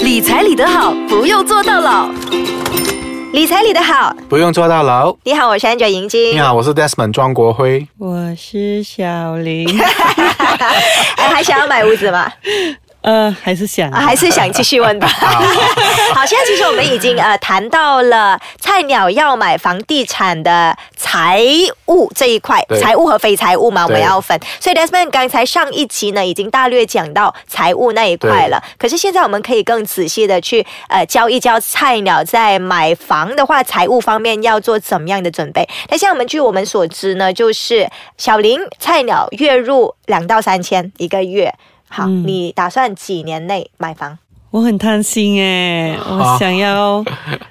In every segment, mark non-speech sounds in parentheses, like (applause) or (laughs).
理财理得好，不用做到老。理财理得好，不用坐大牢。你好，我是 Angel 银你晶。好，我是 Desmond 庄国辉。我是小 (laughs) 林， (laughs) 哎，还想要买屋子吗？呃，还是想啊还是想继续问吧。 (laughs) 好，现在其实我们已经呃谈到了菜鸟要买房地产的财务这一块，对财务和非财务嘛，我们对要分。所以 Desmond 刚才上一期呢已经大略讲到财务那一块了，可是现在我们可以更仔细的去呃教一教菜鸟在买房的话，财务方面要做怎么样的准备。那像我们据我们所知呢，就是小林菜鸟月入两到三千一个月。好，嗯你打算几年内买房？ (laughs) 我很贪心哎，啊我想要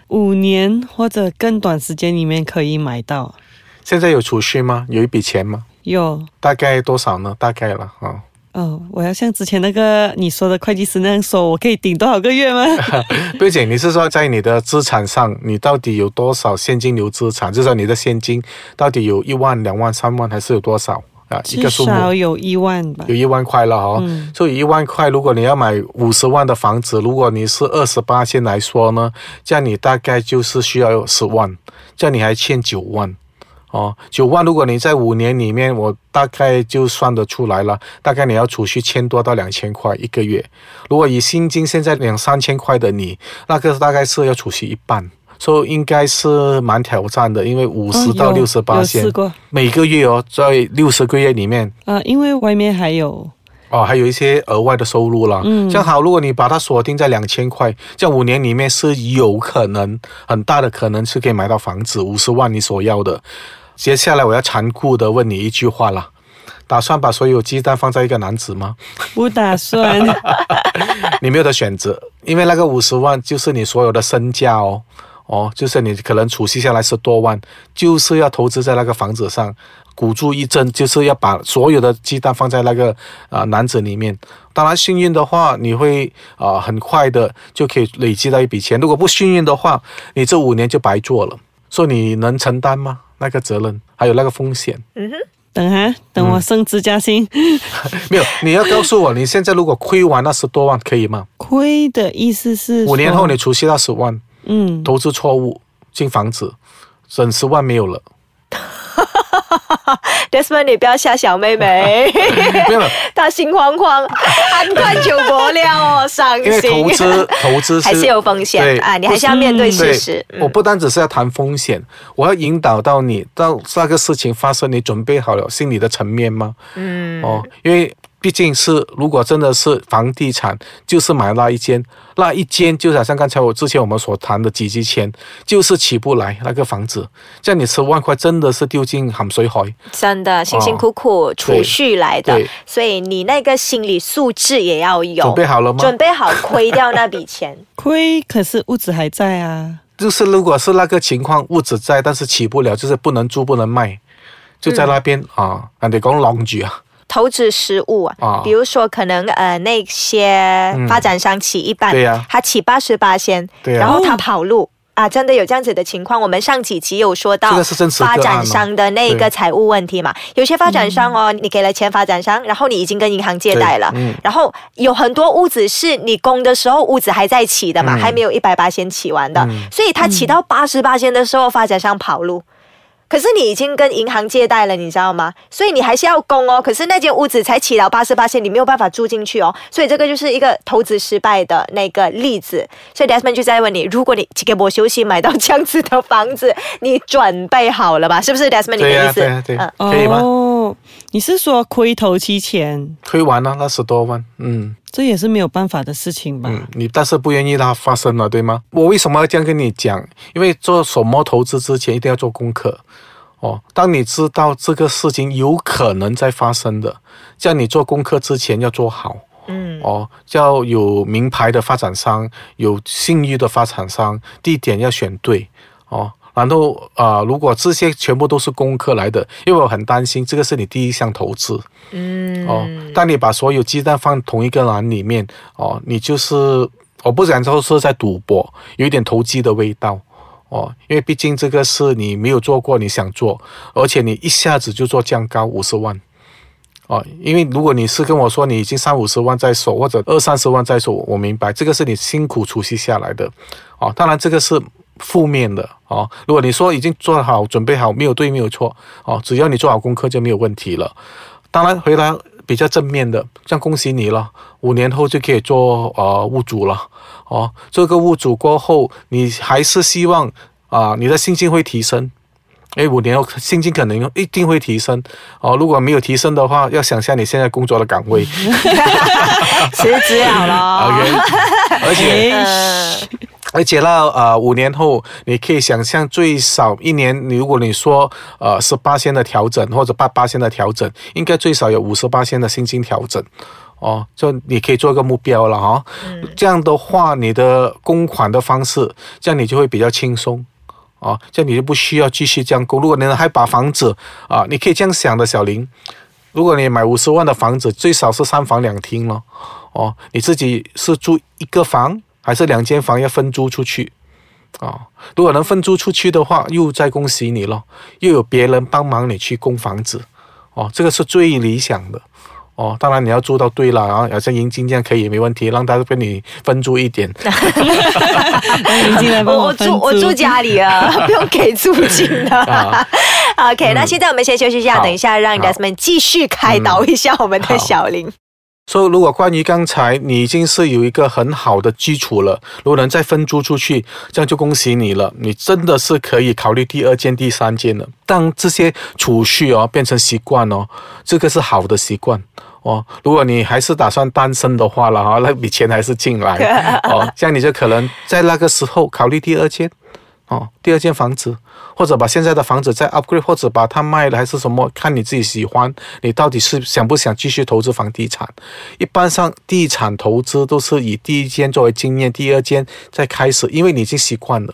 五年或者更短时间里面可以买到。现在有储蓄吗？有一笔钱吗？有大概多少呢？大概了啊、 (laughs) 哦，我要像之前那个你说的会计师那样说，我可以顶多少个 (laughs) 月吗？不仅你是说在你的资产上，你到底有多少现金流资产？至少你的现金到底有一万、两万、三万，还是有多少啊？一至个数目少有一万吧有。一万块了哦，嗯所以一万块，如果你要买五十万的房子，如果你是二十八先来说呢，这样你大概就是需要有十万，这样你还欠九万。哦，九万，如果你在五年里面，我大概就算得出来了，大概你要储蓄千多到两千块一个月。如果以薪金现在两三千块的你，那个大概是要储蓄一半，所以应该是蛮挑战的，因为五哦十到有六十八有先试过每个月哦，在六十个月里面，啊，因为外面还有哦，还有一些额外的收入啦。嗯，这样好，如果你把它锁定在两千块，这样五年里面是有可能很大的可能是可以买到房子，五十万你所要的。接下来我要残酷的问你一句话啦，打算把所有鸡蛋放在一个篮子吗？不 (laughs) 打算你没有得选择，因为那个五十万就是你所有的身价哦，哦，就是你可能储蓄下来十多万，就是要投资在那个房子上，孤注一掷，就是要把所有的鸡蛋放在那个啊、呃篮子里面。当然幸运的话，你会啊、呃很快的就可以累积到一笔钱；如果不幸运的话，你这五年就白做了。说你能承担吗？那个责任还有那个风险，等哈，等我升职加薪。嗯没有？你要告诉我，你现在如果亏完那十多万可以吗？亏的意思是五年说后你储蓄到十万，嗯，投资错误进房子，省十万没 (laughs) 有了， Desmond，你不要吓小妹妹， (laughs) 没有了，她心慌慌，啊安官求薄了哦，伤因为投心。 (laughs) 资投资是还是有风险对嗯啊，你还是要嗯面对事实。对，我不单只是要谈风险，我要引导到你到那个事情发生，你准备好了心理的层面吗？嗯，哦，因为毕竟是如果真的是房地产，就是买那一间，那一间就好像刚才我之前我们所谈的几级钱，就是起不来那个房子，这样你十万块真的是丢进含水海。真的辛辛苦苦储蓄来的哦对，所以你那个心理素质也要有。准备好了吗准备好亏掉那笔钱。亏可是物质还在啊。就是如果是那个情况，物质在，但是起不了，就是不能租不能卖，就在那嗯边、啊，人哋讲浪住啊，投资失误啊，啊比如说可能呃那些发展商起一半，嗯对呀他起八十八先，对呀然后他跑路。啊，真的有这样子的情况。我们上几集有说到这个是真实个发案哦展商的那个对嗯财务问题嘛，有些发展商哦，你给了钱发展商，然后你已经跟银行借贷了，然后有很多屋子是你供的时候屋子还在起的嗯嘛，还没有一百八先起完的，所以他起到八十八先的时候，发展商跑路。可是你已经跟银行借贷了，你知道吗？所以你还是要供哦。可是那间屋子才起到八十八线，你没有办法住进去哦。所以这个就是一个投资失败的那个例子。所以 Desmond 就在问你，如果你给我休息买到这样子的房子，你准备好了吧？是不是 Desmond 你对呀、的意思？对呀、对、嗯可以吗？哦，你是说亏头期钱，推完了那十多万，嗯这也是没有办法的事情吧？嗯，你但是不愿意它发生了，对吗？我为什么要这样跟你讲？因为做什么投资之前一定要做功课。哦，当你知道这个事情有可能在发生的，这样你做功课之前要做好。嗯哦，要有名牌的发展商，有信誉的发展商，地点要选对哦。然后啊、呃如果这些全部都是功课来的，因为我很担心这个是你第一项投资嗯哦。当你把所有鸡蛋放同一个篮里面哦，你就是我不敢说是在赌博，有一点投机的味道哦。因为毕竟这个是你没有做过，你想做，而且你一下子就做降高五十万，哦，因为如果你是跟我说你已经三五十万在手，或者二三十万在手，我明白这个是你辛苦储蓄下来的，哦，当然这个是负面的哦。如果你说已经做好准备好，没有对没有错哦，只要你做好功课就没有问题了。当然，回答比较正面的，像恭喜你了，五年后就可以做呃物主了哦。做个物主过后，你还是希望啊、你的信心会提升。诶，五年后薪金可能一定会提升哦。如果没有提升的话，要想象你现在工作的岗位。辞职好了 OK，而且呃哎，而且呢，呃，五年后你可以想象最少一年，你如果你说呃十八线的调整或者八八线的调整，应该最少有五十八线的薪金调整。哦，就你可以做一个目标了哈、这样的话，你的公款的方式，这样你就会比较轻松。哦，这样你就不需要继续这样供。如果你还把房子啊，你可以这样想的，小林，如果你买五十万的房子，最少是三房两厅咯。哦，你自己是住一个房还是两间房要分租出去？哦，如果能分租出去的话，又再恭喜你咯，又有别人帮忙你去供房子，哦，这个是最理想的。哦，当然你要做到对了，然后好像银金这样可以没问题，让他跟你分租一点。那你进来帮我我分住我住家里啊，不用给租金的啊。 OK，那现在我们先休息一下，好等一下让好 Desmond 继续开导一下我们的好小林。所以，如果关于刚才你已经是有一个很好的基础了，如果能再分租出去，这样就恭喜你了，你真的是可以考虑第二间、第三间了。当这些储蓄哦变成习惯哦，这个是好的习惯哦。如果你还是打算单身的话了哈，那笔钱还是进来哦，这样你就可能在那个时候考虑第二间。哦，第二间房子，或者把现在的房子再 upgrade，或者把它卖了还是什么，看你自己喜欢，你到底是想不想继续投资房地产？一般上地产投资都是以第一间作为经验，第二间再开始，因为你已经习惯了。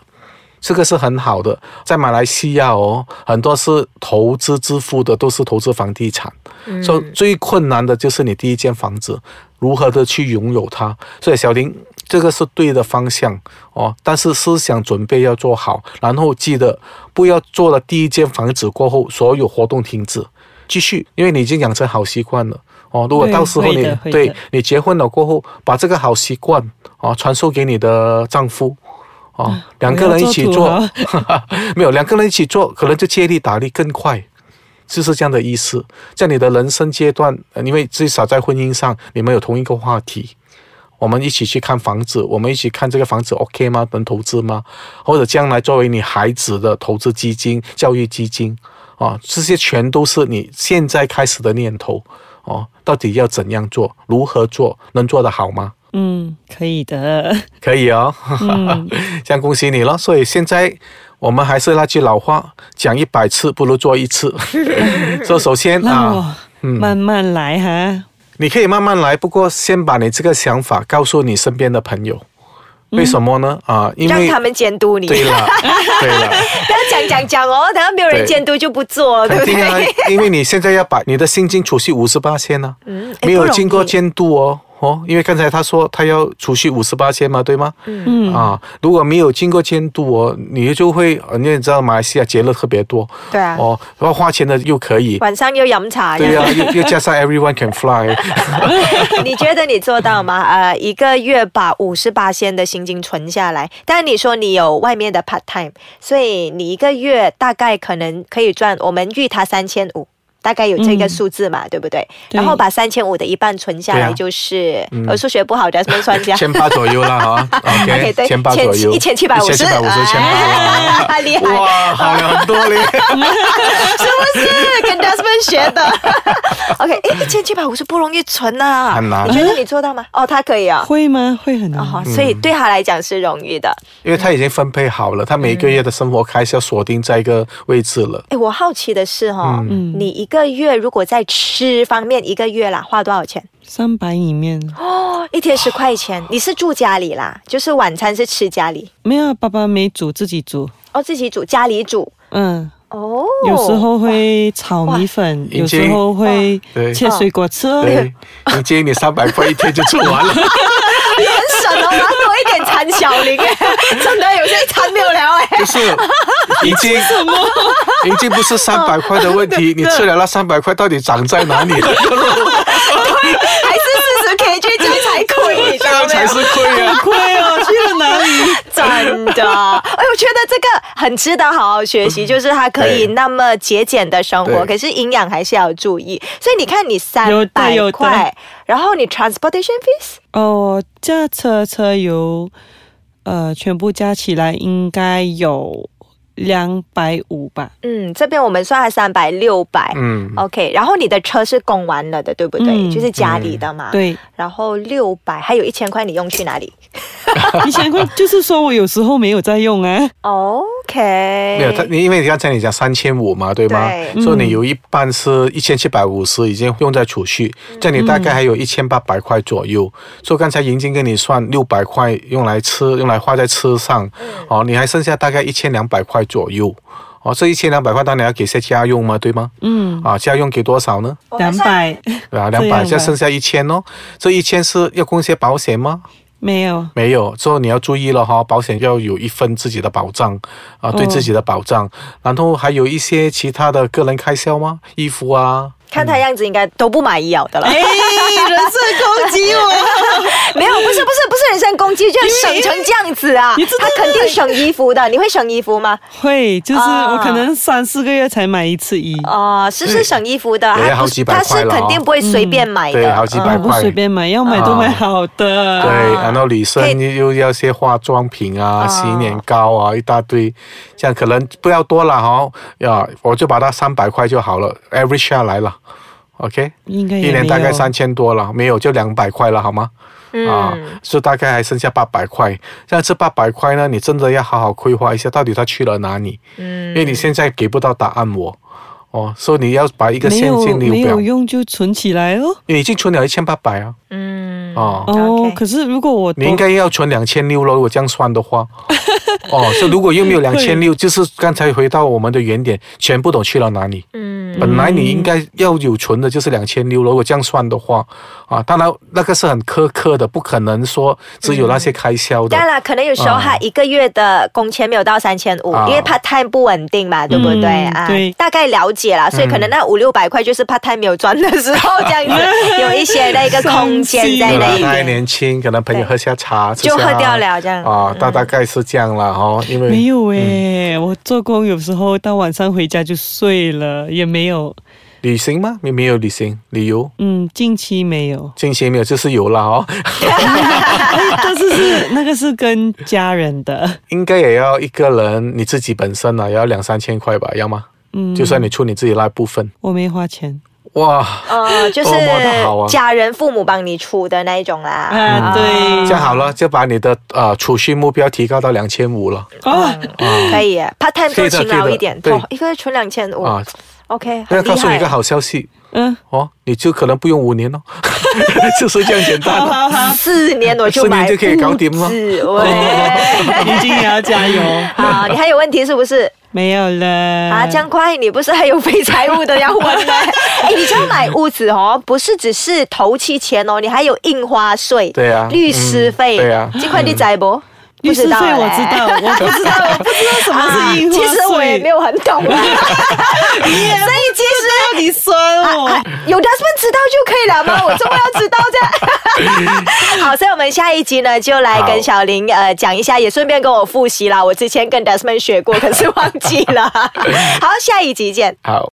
这个是很好的，在马来西亚哦，很多是投资致富的，都是投资房地产。嗯所以最困难的就是你第一间房子如何的去拥有它。所以小林，这个是对的方向哦，但是思想准备要做好，然后记得不要做了第一间房子过后，所有活动停止，继续，因为你已经养成好习惯了。哦，如果对到时候会你的会对的你结婚了过后，把这个好习惯哦传授给你的丈夫，哦，两个人一起嗯我要做， (laughs) 没有两个人一起做，可能就借力打力更快，就是这样的意思。在你的人生阶段，呃因为至少在婚姻上，你们有同一个话题。我们一起去看房子，我们一起看这个房子 OK 吗？能投资吗？或者将来作为你孩子的投资基金、教育基金啊，这些全都是你现在开始的念头哦、到底要怎样做？如何做？能做得好吗？嗯，可以的。可以哦，嗯 (laughs) 这样恭喜你了。所以现在我们还是那句老话，讲一百次不如做 (laughs) 一次。所以首先让啊，我慢慢来哈。你可以慢慢来，不过先把你这个想法告诉你身边的朋友。为什么呢？啊，因嗯让为他们监督你，对了，对了，不要讲讲讲哦，等下没有人对监督就不做，哦对不肯定啊对？，因为你现在要把你的薪金储蓄五十八千呢，哎没不有容经过易监督哦。哦，因为刚才他说他要储蓄五十八千嘛，对吗？嗯啊，如果没有经过监督哦，你就会，呃你也知道马来西亚节日特别多，对啊哦，然后花钱的又可以，晚上又饮茶，对啊呀、又又加上 everyone can fly， (laughs) 你觉得你做到 (laughs) 吗？呃，一个月把五十八仙的薪金存下来，但你说你有外面的 part time，所以你一个月大概可能可以赚，我们预他三千五。大概有这嗯个数字嘛，对不对？对然后把三千五的一半存下对来，啊，就是、我数学不好的，什么算一下千八左右 (laughs) 啦哈 OK， ，OK，对千八左右，千七1750一千七百五十，千八哎啦，厉害哇，好了很多嘞，(laughs) (laughs) 是不是？跟 Desmond 学的。OK，哎，一千七百五十不容易存啊，很难嗯你觉得你做到吗？哦，他可以啊，嗯会吗？会很难。哦，所以对他来讲是容易的。因为他已经分配好了，他每个月的生活开销锁定在一个位置了。哎，我好奇的是哈、哦，嗯你一个月如果在吃方面一个月啦，花多少钱？三百里面哦，一天十块钱。你是住家里啦，就是晚餐是吃家里，没有，爸爸没煮，自己煮。哦，自己煮，家里煮。嗯，哦，有时候会炒米粉，哇有时候会对切水果吃哦。对，你建议哎你三百块一天就吃完了， (laughs) 你 (laughs) 很 (laughs) 省哦，我要多一点馋小林哎，真的有些馋没有了哎。就是已经已经不是三百块的问题，你吃了哦那三百块到底长在 (laughs) 哪里了？还是四十 K 这样才亏，你知 (laughs) 这道样没才有？是亏啊！亏哦，去了哪里？真 (laughs) 的，哎，我觉得这个很值得好好学习，就是它可以对那么节俭的生活，对可是营养还是要注意。所以你看，你三有的百有的块，然后你 transportation fees 哦，这车车油，呃，全部加起来应该有两百五吧？嗯，这边我们算还三百六百。嗯， OK，然后你的车是供完了的，对不对？嗯就是家里的嘛。。对，然后六百，还有一千块，你用去哪里一千 (laughs) 块，就是说我有时候没有在用啊。 ？OK。没有，他你因为你刚才你讲三千五嘛，对吗？对所以你有一半是一千七百五十已经用在储蓄，这样你大概还有一千八百块左右。所以刚才银金跟你算六百块用来吃，用来花在吃上，哦，你还剩下大概一千两百块左右。哦，这一千两百块当然要给些家用嘛，对吗？嗯，啊，家用给多少 (laughs) 呢？我们两算百对啊，这两样百，吧再剩下一千哦。这一千是要供一些保险吗？没有。没有，之后你要注意了哈，保险要有一份自己的保障嗯啊，对自己的保障。然后还有一些其他的个人开销吗？衣服啊，看他样子应该都不满意咬的了。哎，人身攻击我！ (laughs) 没有，不是不是不是人身攻击，就是省成这样子 (laughs) 啊！你知道他肯定省衣服的，你会省衣服吗？ (laughs) 会，就是啊我可能三四个月才买一次衣，哦、是是省衣服的，也他好不几是百他块是了哦肯定不会随便买的。对，好几嗯百啊我不块。随便买，要买都买好的。对，啊然后女生又要些化妆品啊、洗脸膏啊，一大堆，这样可能不要多了哈、呀，我就把它三百块就好了，average 下来了，OK，应该也一年大没概有三千多了，没有就两百块了，好吗？嗯啊，就大概还剩下八百块。像这八百块呢，你真的要好好规划一下，到底它去了哪里？嗯，因为你现在给不到答案我。哦，所以你要把一个没现有金流哦没表有，用就存起来哦。你已经存了一千八百啊。嗯哦 OK 哦，可是如果我你应该要存两千六了，如果这样算的 (laughs) 话，哦，所以如果又没有两千六，就是刚才回到我们的原点，全部都去了哪里？嗯，本来你应该要有存的就是两千六，如果这样算的话，啊，当然那个是很苛刻的，不可能说只有那些开销的。当然，可能有时候啊他一个月的工钱没有到三千五啊，嗯因为 part time 不稳定嘛，对不对啊？对大概了解啦，所以可能那五六百块就是 part time 没有赚的时候，这样嗯子 (laughs) 有一些的一个空间在那对 (laughs) 啦，大家里。啊年轻，可能朋友喝下茶就喝掉了这嗯样啊，大大概是这样了哦，因没为有诶、我做工有时候到晚上回家就睡了，也没有，旅行吗？你没有旅行，旅游，嗯，近期没有 (laughs) 近期没有，就是有了哦， (laughs) 啊但是是那个是跟家人的， (laughs) 应该也要一个人你自己本身呢、啊，也要两三千块吧，要吗？嗯，就算你出你自己那部分，我没花钱哇，呃，就是哦哇那好啊嗯家人、父母帮你出的那一种啦。啊，这对，样好了，就把你的呃储蓄目标提高到两千五了啊，嗯可以耶，part time 嗯可以多的勤劳可以的一点，对哦一个月存两千五啊！ ，OK，那很厉告诉你害一个。好消息嗯，哦，你就可能不用五年哦， (laughs) 就是这样简 (laughs) 单了。四年我就四年买就可以搞定吗屋子 (laughs) 喂，已经也要加油，好，你还有问题是不是？没有了嗯啊，这样快，你不是还有非财务的要问 (laughs) 吗？哎，你这样买屋子哦，不是只是头期钱哦，你还有印花税，对啊律师费，嗯对啊这块你在不？律师费不我嘞知道，我不知道，我不知道什么是印花啊其税，实我也没有很懂啊，(laughs) 所以其实。到底酸我。有 Desmond 知道就可以了吗？我这么要知道这样。 (laughs) 好，所以我们下一集呢，就来跟小林呃讲一下，也顺便跟我复习啦。我之前跟 Desmond 学过，可是忘记了。好，下一集见。好。